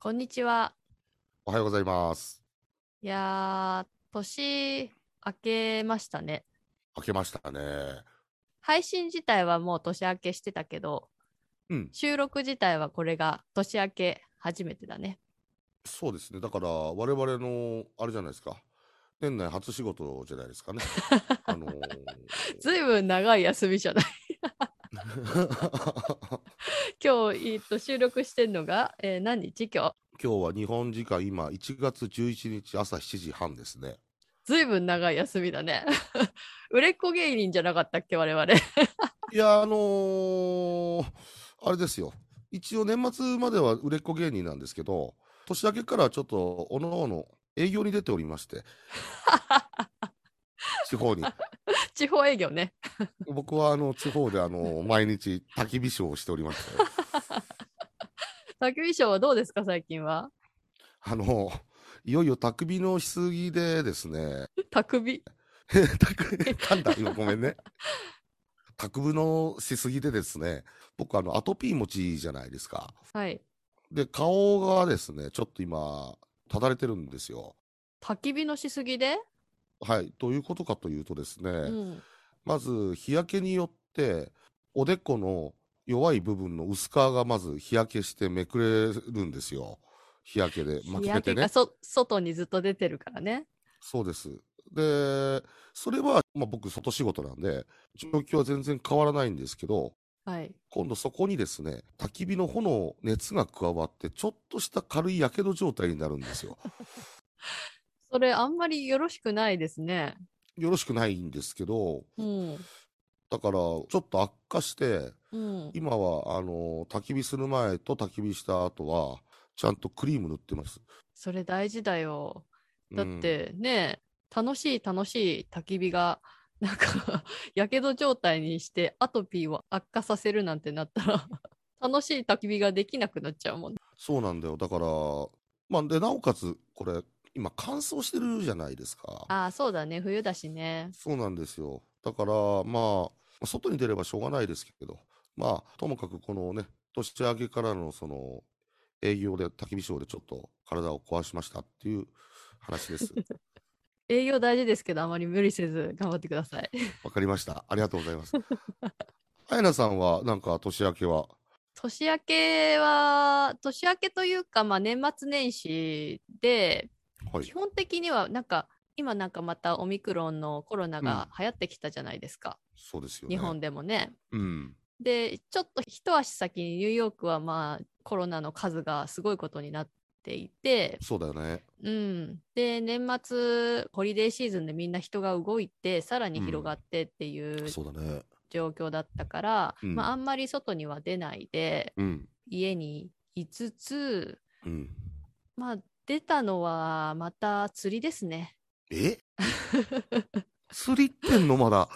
こんにちは。おはようございます。いやー、年明けましたね。明けましたね。配信自体はもう年明けしてたけど、うん、収録自体はこれが年明け初めてだね。そうですね。だから我々のあれじゃないですか。年内初仕事じゃないですかね。あのーずいぶん長い休みじゃない。 今日、えっと、収録してんのが、えー何日今日。 今日は日本時間今1月11日朝7時半ですね。ずいぶん長い休みだね。 売れっ子芸人じゃなかったっけ、我々。 いやあのーあれですよ。一応年末までは売れっ子芸人なんですけど、年明けからちょっとおのおの営業に出ておりまして、地方に。地方営業ね。僕はあの地方であの 毎日焚き火ショーをしておりましたよ。焚き火賞はどうですか、最近は。あのいよいよ焚き火のしすぎでで すね、焚き火。焚き噛んだ今ごめんね。焚き火のしすぎでですね、僕あのアトピー持ちじゃないですか。はい。で顔がですね、ちょっと今ただれてるんですよ。焚き火のしすぎで、はい、どういうことかというとですね、うん。まず日焼けによっておでこの弱い部分の薄皮がまず日焼けしてめくれるんですよ日焼けで日まとめ焼てけねがそ外にずっと出てるからね。そうですでそれは、まあ、僕外仕事なんで状況は全然変わらないんですけどはい。今度そこにですね焚き火の炎熱が加わってちょっとした軽い火傷状態になるんで すよそれあんまりよろしくないですね。よろしくないんですけどうん。だからちょっと悪化してうん。今はあの焚き火する前と焚き火した後はちゃんとクリーム塗ってます。それ大事だよ。だっうんてね、楽しい楽しい焚き火が、なんか、 やけど状態にしてアトピーを悪化させるなんてなったら、 楽しい焚き火ができなくなっちゃうもん。そうなんだよだから、まあ、でなおかつこれ今乾燥してるじゃないですかああ、そうだね。冬だしね。そうなんですよだからまあ外に出ればしょうがないですけどまあともかくこのね年明けからのその営業で焚き火ショーでちょっと体を壊しましたっていう話です 営業大事ですけど、あまり無理せず 頑張ってください。わかりましたありがとうございますあやなさんはなんか年明けは年明けは、年明けというか、まあ年末年始で、は基い本的にはなんか今なんかまたオミクロンのコロナが流行ってきたじゃないですか、そうですよね日本でもね。うんでちょっと一足先にニューヨークはまあコロナの数がすごいことになっていて、そうだよねうん、で年末ホリデーシーズンでみんな人が動いてさらに広がってっていうそうだね状況だったから、うんまあ、あんまり外には出ないでうん家にいつつうんまあ出たのはまた釣りですね。 え釣りってんのまだ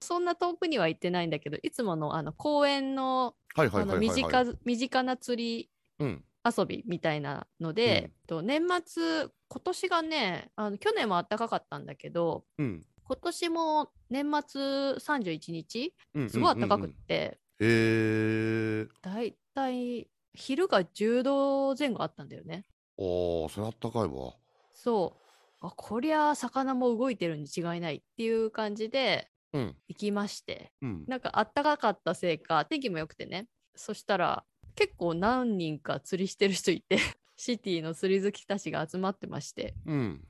そんな遠くには行ってないんだけど、いつものあの公園のはいはあいはのいはい身はい近身近な釣りうん遊びみたいなので、と年末、今年がね、あの去年も暖かかったんだけど、うん今年も年末31日、うんすごい暖かくっへて、えだいたい昼が10度前後あったんだよね。ああそれあったかいわそう。あこりゃ魚も動いてるに違いないっていう感じでうん行きましてうんなんかあったかかったせいか天気も良くてねそしたら結構何人か釣りしてる人いて シティの釣り好きたちが集まってましてうん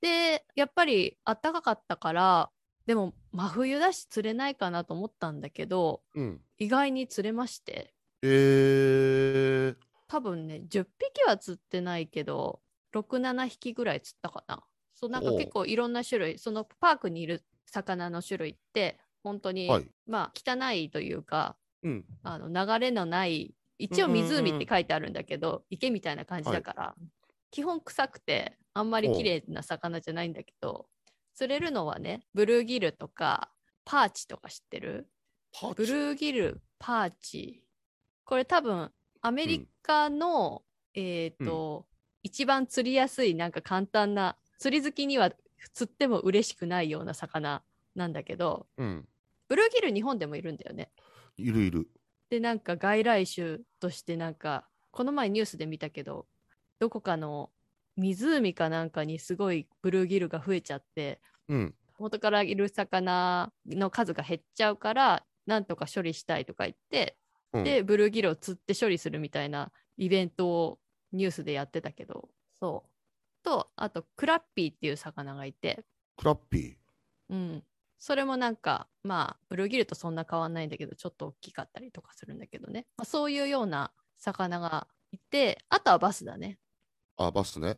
でやっぱりあったかかったからでも真冬だし釣れないかなと思ったんだけどうん意外に釣れましてえー、多分ね10匹は釣ってないけど67匹ぐらい釣ったかなそうなんかおう結構いろんな種類そのパークにいる魚の種類って本当に、はいまあ汚いというかうんあの流れのない一応うんうんうん湖って書いてあるんだけど、池みたいな感じだから、基本臭くてあんまり綺麗な魚じゃないんだけど釣れるのはねブルーギルとかパーチとか知ってるパーブルチーギルパーチこれ多分アメリカの、えっ、と、一番釣りやすいなんか簡単な釣り好きには釣っても嬉しくないような魚なんだけどうんブルーギル日本でもいるんだよね。いるいるでなんか外来種としてなんかこの前ニュースで見たけどどこかの湖かなんかにすごいブルーギルが増えちゃってうん。元からいる魚の数が減っちゃうからなんとか処理したいとか言って、うんでブルーギルを釣って処理するみたいなイベントをニュースでやってたけどそうとあとクラッピーっていう魚がいて、クラッピうん、それもなんかまあブルーギルとそんな変わんないんだけどちょっと大きかったりとかするんだけどね、まあ、そういうような魚がいてあとはバスだねー。あ、バスね。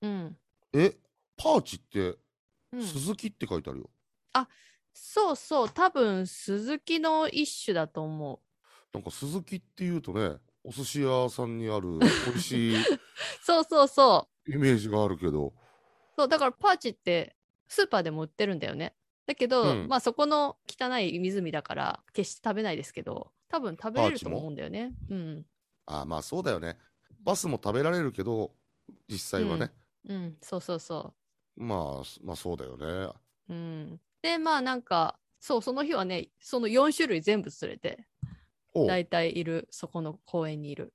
うん、え、パーチって、うん、鈴木って書いてあるよ。そうそう多分鈴木の一種だと思うなんか鈴木っていうとね、お寿司屋さんにある 美味しいそうそうそうイメージがあるけど、そうだからパーチってスーパーでも売ってるんだよねだけど、うんまあそこの汚い湖だから決して食べないですけど多分食べれるとパーチも思うんだよねうんあーまあそうだよね。バスも食べられるけど、実際はね。うんそうそうそまあ、まあそうだよね。ううんでまあなんかそうその日はねその4種類全部連れておう大体いるそこの公園にいる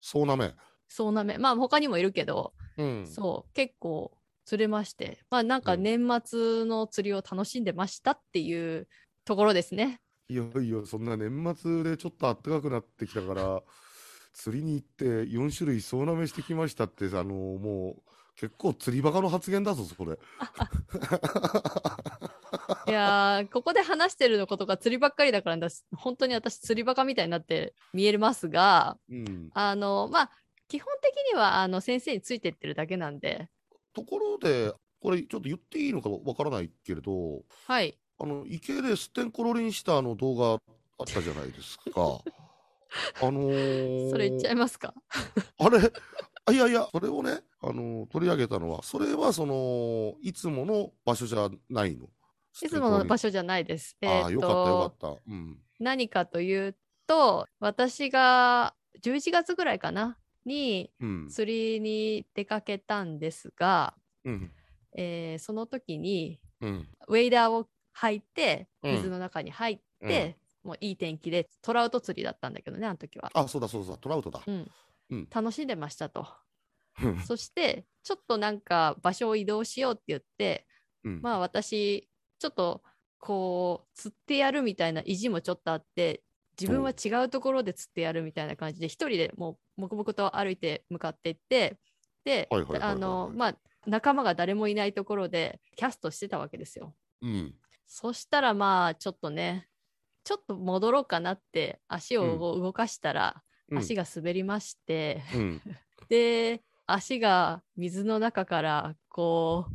そうなめ。そうなめまあ他にもいるけど、うん。そう結構釣れましてまあなんかうん年末の釣りを楽しんでましたっていうところです ねいよいよそんな年末でちょっと暖かくなってきたから釣りに行って4種類総なめしてきましたってあのもう結構釣りバカの発言だぞそれいやー、ここで話してるのことが釣りばっかりだからだし、本当に私釣りバカみたいになって見えますが、うんあの、まあ、基本的にはあの先生についてってるだけなんで、ところでこれちょっと言っていいのかわからないけれどはい。あの池でステンコロリンしたあの動画あったじゃないです かあのーそれ言っちゃいますか。あれあいやいやそれをね、あのー取り上げたのはそれはそのいつもの場所じゃないのいつもの場所所じゃないです。えああ、ーよかったと、よかった。うん。何かというと、私が11月ぐらいかな、にうん。釣りに出かけたんですが、うん。えーその時にうん。ウェイダーを履いて、うん水の中に入って、もういい天気で、トラウト釣りだったんだけどね、あの時は。あ、そうだそうだ、トラウトだ。うんうん楽しんでましたと。うんそして、ちょっとなんか場所を移動しようって言って、うんまあ私、ちょっとこう、釣ってやるみたいな意地もちょっとあって、自分は違うところで釣ってやるみたいな感じで、一人でもう黙々と歩いて向かっていって、で、はいはいはいはいはいあの、まあ、仲間が誰もいないところでキャストしてたわけですよ。 うん。そしたらまあちょっとねちょっと戻ろうかなって足を動動かしたら、うん足が滑りまして、うん。で足が水の中からこ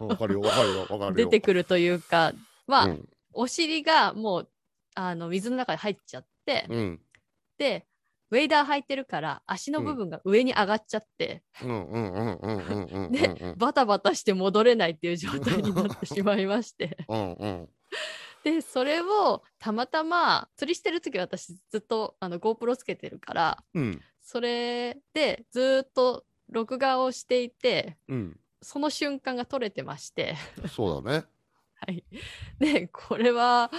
わかるよ、わかるよ、わかるよう。出てくるというかまあ、うん。お尻がもうあの水の中に入っちゃって、うん。でウェイダー履いてるから足の部分が上に上がっちゃって、うん。うん。うん。うん。うん。うん。でうん。バタバタして戻れないっていう状態になってしまいまして。 うん。うん。でそれをたまたま釣りしてる時私ずっとあの GoPro つけてるからうん。それでずーっと録画をしていてうん。その瞬間が撮れてまして、そうだね。はい、 でこれは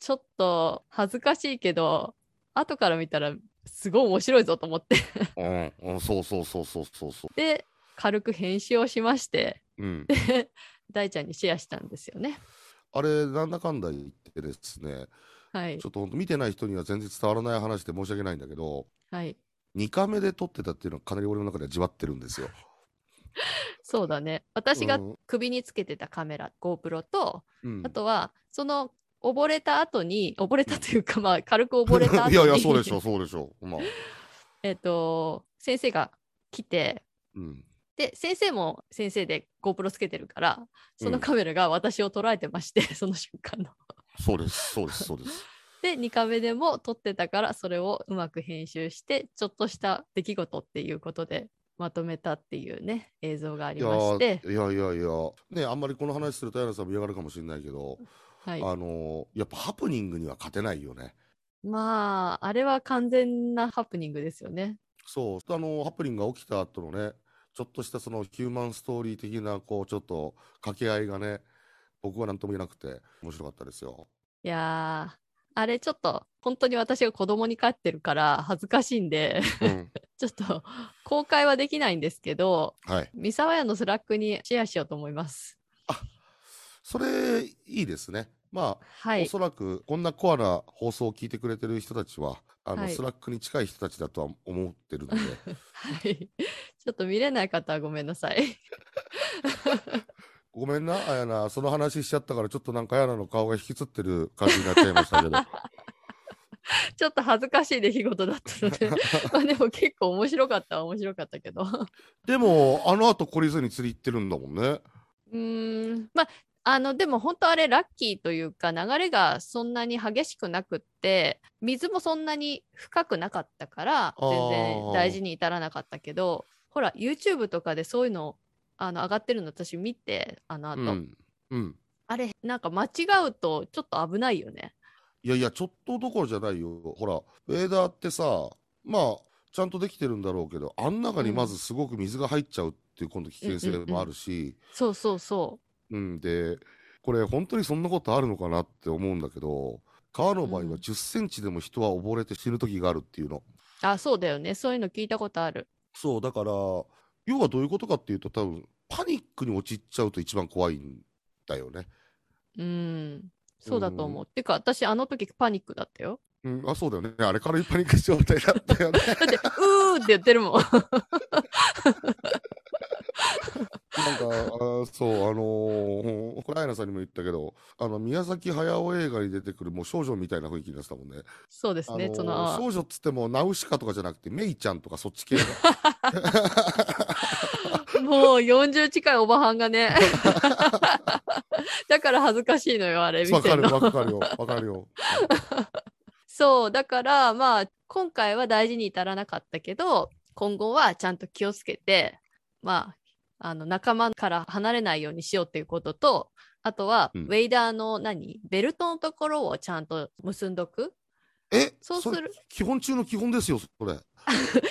ちょっと恥ずかしいけど後から見たらすごい面白いぞと思って うん。うん。そうそうそうそうそうそで軽く編集をしましてう。 うん。大ちゃんにシェアしたんですよね。あれ、なんだかんだ言ってですね、はいちょっと本当見てない人には全然伝わらない話で申し訳ないんだけど、はい、 2カメで撮ってたっていうのはかなり俺の中ではじわってるんですよ。そうだね私がうん首につけてたカメラ GoPro とうんあとは、その、溺れた後に、溺れたというか、まあ、軽く溺れた後に、 いやいや、そうでしょ、そうでしょ。まあ。 えっと、先生が来て、うん。で、先生も先生で GoPro つけてるから、そうのんカメラが私を捉えてまして、 その瞬間の。そうです、そう です、そうです。で、2カメでも撮ってたから、それをうまく編集して、ちょっとした出来事っていうことで、まとめたっていうね、映像がありいやまして、ーいやいやいやねあんまりこの話すると柳さんも嫌がるかもしれないけど、はい。あのーやっぱハプニングには勝てないよねまあ、あれは完全なハプニングですよね。そうあのーハプニングが起きた後のねちょっとしたそのヒューマンストーリー的なこうちょっと掛け合いがね僕は何とも言えなくて面白かったですよいやーあれちょっと本当に私が子供に飼ってるから恥ずかしいんで うん、ちょっと公開はできないんですけどはい。三沢屋のスラックにシェアしようと思います。それ、いいですね。まあ、はおいそらくこんなコアな放送を聞いてくれてる人たちは、あの、はいスラックに近い人たちだとは思ってる ので、はい、 ちょっと見れない方はごめんなさい。 ごめんな、あやな、その話しちゃったから、ちょっとなんかあやなの顔が引きつってる感じになっちゃいました けど、ちょっと恥ずかしい出来事だったので まあでも結構面白かったは面白かったけど うでも、あの後懲りずに釣り行ってるんだもんね。ーんまああのでも本当あれラッキーというか流れがそんなに激しくなくって水もそんなに深くなかったからあー全然大事に至らなかったけどほら YouTube とかでそういうのあの上がってるの私見てあのう後、ん。うん。あれなんか間違うとちょっと危ないよね。いやいや、ちょっとどころじゃないよ。ほら、ウェーダーってさ、まあ、ちゃんとできてるんだろうけど、あん中にまずすごく水が入っちゃうっていう、今度危険性もあるし、そうそうそう。うんで、これ、本当にそんなことあるのかなって思うんだけど、川の場合はうん10センチでも人は溺れて死ぬ時があるっていうの。あ、そうだよね。そういうの聞いたことある。そう、だから、要はどういうことかっていうと、多分パニックに陥っちゃうと一番怖いんだよね。うん。そうだと思う。てか、私、あの時パニックだったよ。うん、あ、そうだよね。あれからパニック状態だった よね。だって、うーって言ってるもん。 なんか、あーそう、あのー、これ、アイナさんにも言ったけど、あの、宮崎駿映画に出てくる、もう少女みたいな雰囲気になってたもんね。そうですね。あのーその、少女っつっても、ナウシカとかじゃなくて、メイちゃんとかそっち系が。もう40近いおばはんがね。だから恥ずかしいのよ、あれ見わてかんる、の。わかるよ、わか るよ。そう、だから、まあ、今回は大事に至らなかったけど、今後はちゃんと気をつけて、まあ、あの、仲間から離れないようにしようっていうことと、あとは、うんウェイダーの何ベルトのところをちゃんと結んどく。え、そうするれ基本中の基本ですよ、それ。い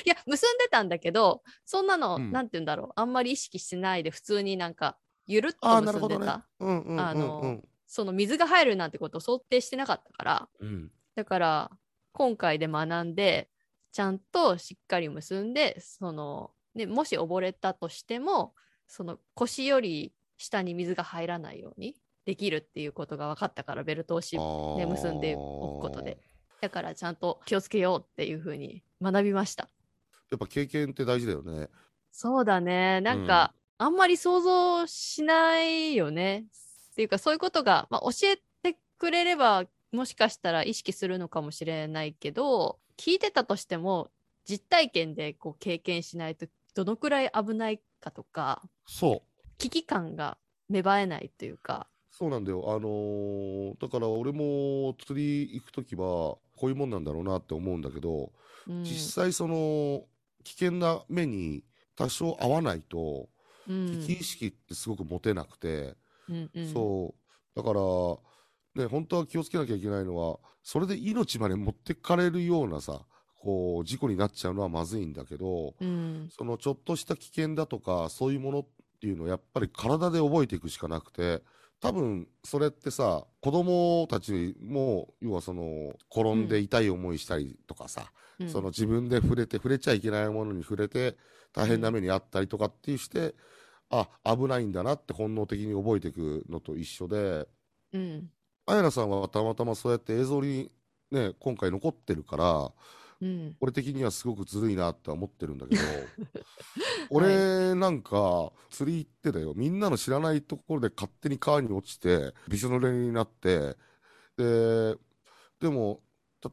や、結んでたんだけど、そんなの、うんなんて言うんだろう、あんまり意識してないで、普通になんか、ゆるっあとあ、な結るほんでどた。ね。うん、うん、あのうん、その水が入るなんてことを想定してなかったから、うん。だから今回で学んでちゃんとしっかり結んでその、ね、もし溺れたとしてもその腰より下に水が入らないようにできるっていうことが分かったからベルトをしうん。ね結んでおくことで。だからちゃんと気をつけようっていうふうに学びましたやっぱ経験って大事だよね。そうだねなんか、あんまり想像しないよねっていうかそういうことが、まあ、教えてくれればもしかしたら意識するのかもしれないけど聞いてたとしても実体験でこう経験しないとどのくらい危ないかとかそう。危機感が芽生えないというかそうなんだよ。あのーだから俺も釣り行くときは、こういうもんなんだろうなって思うんだけど、うん実際その、危険な目に多少合わないと、うん危機意識ってすごく持てなくて、うんうんそう。だから、ね、本当は気をつけなきゃいけないのは、それで命まで持ってかれるようなさ、こう、事故になっちゃうのはまずいんだけど、うんそのちょっとした危険だとかそういうものっていうのをやっぱり体で覚えていくしかなくて多分それってさ子供たちも要はその転んで痛い思いしたりとかさ、うんその自分で触れて触れちゃいけないものに触れて大変な目にあったりとかっていうして、あ危ないんだなって本能的に覚えていくのと一緒でうんあやなさんはたまたまそうやって映像にね今回残ってるから。うん俺的にはすごくずるいなって思ってるんだけど俺なんか釣り行ってだよみんなの知らないところで勝手に川に落ちてびしょ濡れになってででも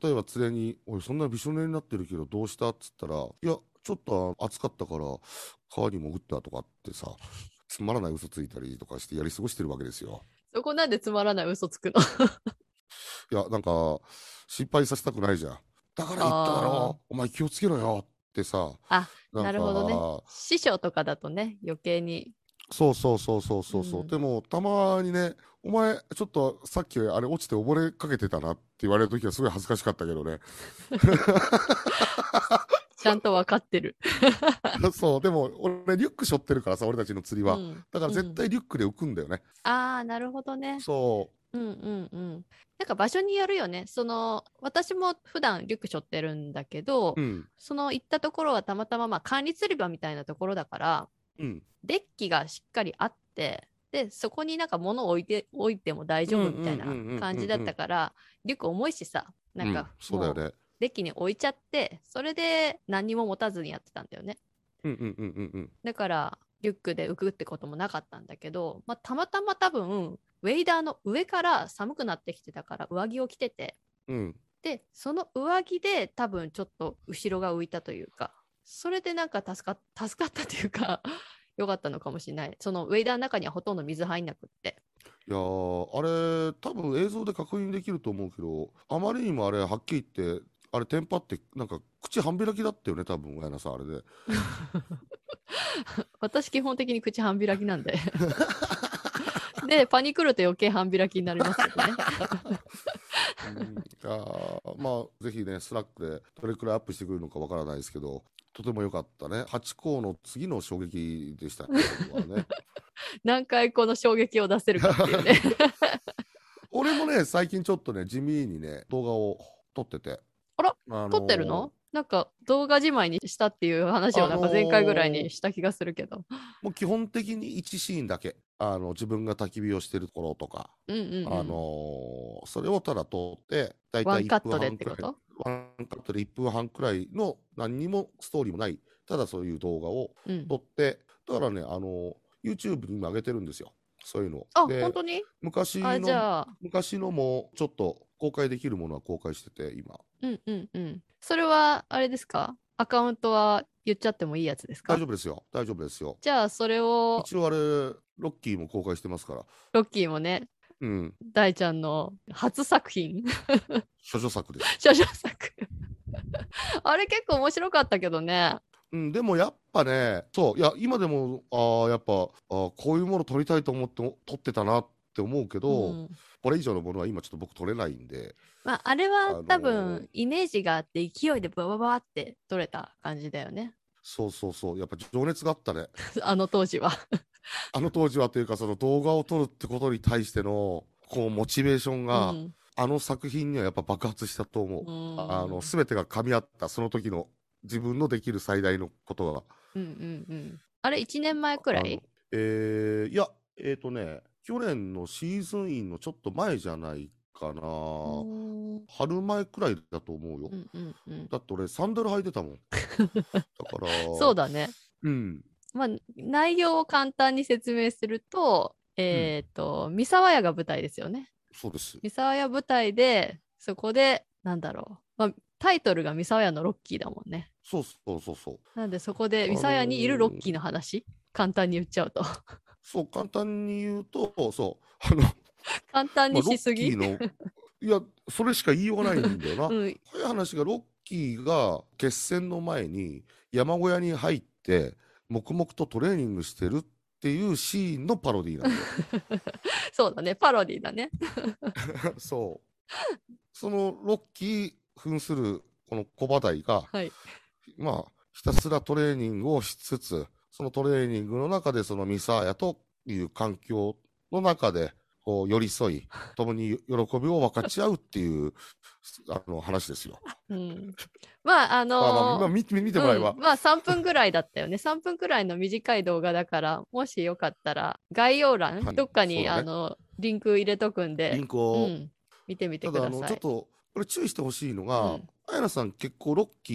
例えば連れに「おいそんなびしょ濡れになってるけどどうした?」っつったら「いやちょっと暑かったから川に潜った」とかってさつまらない嘘ついたりとかしてやり過ごしてるわけですよ。そこなんでつまらない嘘つくの いや、なんか、心配させたくないじゃん。だから言っただあーろ、お前気をつけろよってさ。あんかなるほど師匠とかだとね余計にそうそうそうそうそうそう。うんでも、たまにね、お前、ちょっとさっきあれ落ちて溺れかけてたなって言われるときはすごい恥ずかしかった けどね。ちゃんと分かってる。そう、でも、俺、リュック背負ってるからさ、俺たちの釣りは。うんだから絶対リュックで浮くんだよね。ああなるほどね。そう。うんうんうん。なんか場所によるよね。その、私も普段リュック背負ってるんだけど、うん。その行ったところはたまたま、まあ、管理釣り場みたいなところだから、うん。デッキがしっかりあって、で、そこになんか物を置いて、置いても大丈夫みたいなうんうんうんうんうん感じだったから、リュック重いしさ、なんうんか、そうだよね。デッキに置いちゃって、それで何にも持たずにやってたんだよね。うんうんうんうんうん。だから、リュックで浮くってこともなかったんだけど、まあ、たまたま多分、ウェイダーの上から寒くなってきてたから、上着を着てて、うん。で、その上着で多分ちょっと後ろが浮いたというか、それでなんか助かっ助かったというか、 よかったのかもしれない。そのウェイダーの中にはほとんど水入んなくって。いやー、あれ、多分映像で確認できると思うけど、あまりにもあれ、はっきり言って、あれ、テンパって、なんか、口半開きだったよね、多分、ガイナさん、あれで。私基本的に口半開きなんで。で、パニクると余計半開きになりますよね。いやーまあ、ぜひね、スラックで、どれくらいアップしてくるのかわからないですけど、とても良かったね。八校の次の衝撃でしたね、僕 はね何回この衝撃を出せるかっていうね。俺もね、最近ちょっとね、地味にね、動画を撮ってて。あらあのー撮ってるのなんか動画じまいにしたっていう話をなんか前回ぐらいにした気がするけど。もう基本的に1シーンだけ、あの、自分が焚き火をしてるところとか、うんうん、うん。あのーそれをただ撮って、だいたワいンカ1ット分でっ半てくらこい、とワンカットで1分半くらいの何にもストーリーもない、ただそういう動画をうん撮。って、だからね、あのー YouTube に今上げてるんですよ。そういうのを。あ、で本当に昔あ、じの、ゃあ。昔のもちょっと公開できるものは公開してて、今。うんうんうん。それは、あれですかアカウントは言っちゃってもいいやつですか大丈夫ですよ。大丈夫ですよ。じゃあ、それを、一応あれ、ロッキーも公開してますから。ロッキーもね、うん。大ちゃんの初作品、 諸女作です。少女作。 あれ結構面白かったけどね。うん、でもやっぱね、そう、いや、今でも、ああ、やっぱ、あーこういうもの撮りたいと思って撮ってたなって思うけど、うんこれ以上のものは今ちょっと僕撮れないんで、まあ、あれあのはー多分、イメージがあって、勢いでバババって撮れた感じだよね。そうそうそう、やっぱ情熱があったね。 あの当時は。あの当時はというか、その動画を撮るってことに対しての、こう、モチベーションが、うんあの作品にはやっぱ爆発したと思う。うんあの、すべてが噛み合った、その時の自分のできる最大のことが。うんうんうん。あれ、1年前くらあいのえー、いや、えっ、とね、去年のシーズンインのちょっと前じゃないかな。うーんうん春前くらいだと思うよ。うんうん。だって俺、サンダル履いてたも ん。だから、そうだね。うん。まあ、内容を簡単に説明すると、えっ、と、三沢屋が舞台ですよね。そうです。三沢屋舞台で、そこで、なんだろう。まあ、タイトルが三沢屋のロッキーだもんね。そうそうそうそう。なんで、そこであのー三沢屋にいるロッキーの話、簡単に言っちゃうと。 そう、簡単に言うと、そう、あの、ま簡単あにしすぎ。ロ ッキーの、いや、それしか言いようがないんだよな。うこん、ういう話が、ロッキーが決戦の前に山小屋に入って、黙々とトレーニングしてるっていうシーンのパロディーなんだよ。そうだね。パロディだね。 そう。そのロッキー扮するこの小バイが、はい。まあ、ひたすらトレーニングをしつつ、そのトレーニングの中で、そのミサーヤという環境の中で、こう、寄り添い、共に喜びを分かち合うっていう、あの、話ですよ。うん。まあ、あのーまあまあ、まあ見て見てもらえばうん、まあ3分ぐらいだったよね3分ぐらいの短い動画だからもしよかったら概要欄、はいどっかそうに、だねあのリンク入れとくんリでン、クを。うん見てみてたくだだ、あさいの、ちょっと、これ注意してほしいのが、うんあやなさん結構ロッキ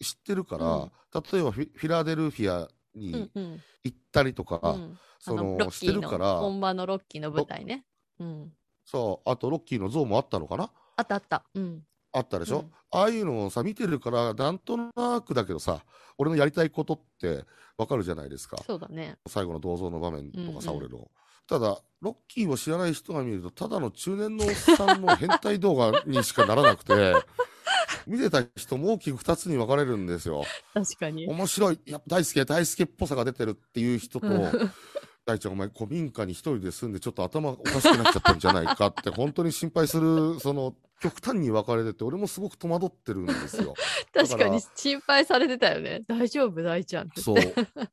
ー知ってるから、うん例えばフィフィラデルフィアうんにうん行ったりとか、うんあそののロッしキてーるのから、本場のロッキーの舞台ね、うん、そう、あとロッキーの像もあったのかなあったあった、うん、あったでしょ、うんああいうのをさ見てるからなんとなくだけどさ俺のやりたいことってわかるじゃないですかそうだね最後の銅像の場面とかさ、うんうん俺のただロッキーを知らない人が見るとただの中年のおっさんの変態動画にしかならなくて 見てた人も大きく2つに分かれるんですよ確かに面白いやっぱ大輔大輔っぽさが出てるっていう人とうん 大ちゃんお前古民家に一人で住んでちょっと頭おかしくなっちゃったんじゃないかって本当に心配するその極端に分かれてて俺もすごく戸惑ってるんですよら確かに心配されてたよね大丈夫大ちゃんってそうだか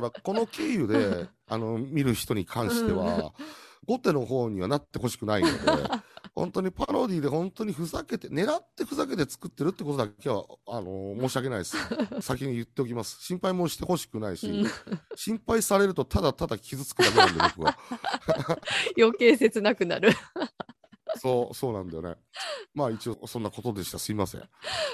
らこの経由であの見る人に関しては、後手の方にはなってほしくないので本当にパロディで本当にふざけて狙ってふざけて作ってるってことだけはあのー申し訳ないです先に言っておきます心配もしてほしくないし、うん心配されるとただただ傷つくだけなんで僕は余計切なくなる。そうそうなんだよねまあ一応そんなことでしたすいません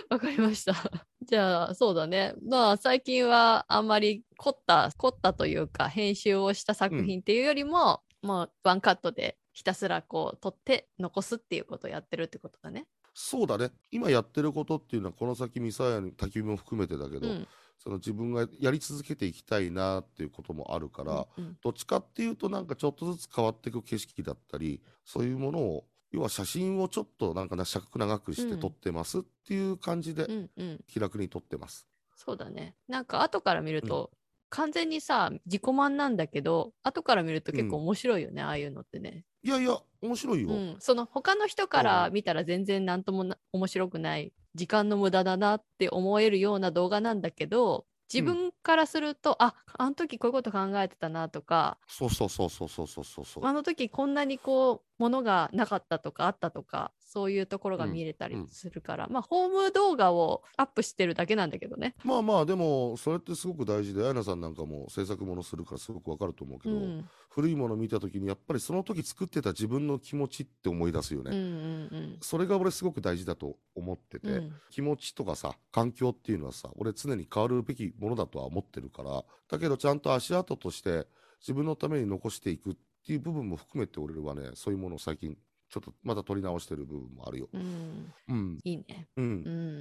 わかりました。 じゃあ、そうだね。まあ、最近はあんまり凝った、凝ったというか、編集をした作品っていうよりも、もうワンカットでひたすらこう、撮って残すっていうことをやってるってことだね。そうだね今やってることっていうのはこの先ミサヤに焚き火も含めてだけうど、ん。その自分がやり続けていきたいなっていうこともあるから、うんどっちかっていうとなんかちょっとずつ変わっていく景色だったりそういうものを要は写真をちょっとなんかな尺長くして撮ってますっていう感じでうん、うんうん。気楽に撮ってます。そうだね。なんか、後から見ると、完全にさ、自己満なんだけど、後から見ると結構うん面白いよね、ああいうのってね。いやいや面白いよ。うん、その他の人から見たら全然何ともな面白くない時間の無駄だなって思えるような動画なんだけど自分からすると、ああの時こういうこと考えてたなとかそうそうそうそうそうそうそうそう。あの時こんなにこうものがなかったとかあったとかそういうところが見れたうんりうんするから、まあホーム動画をアップしてるだけなんだけどね。まあまあでもそれってすごく大事であやなさんなんかも制作ものするからすごくわかると思うけうど、ん古いもの見た時にやっぱりその時作ってた自分の気持ちって思い出すよね。うんうんそれが俺すごく大事だと思ってて、うんうん気持ちとかさ環境っていうのはさ俺常に変わるべきものだとは思ってるからだけどちゃんと足跡として自分のために残していくっていう部分も含めて俺はねそういうものを最近ちょっとまた取り直してる部分もあるよ。うんうん、いいね。うんう、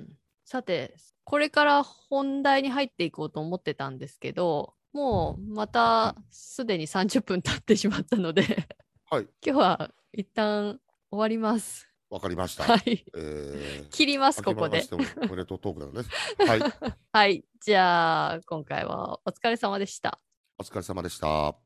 ん、さてこれから本題に入っていこうと思ってたんですけどもうまたすでに30分経ってしまったのではい今日は一旦終わります。わかりました。はいえー、 切ります明こけまこでして。おめでとうトー クだね。はい、はいじゃあ今回はお疲れ様でした。お疲れ様でした。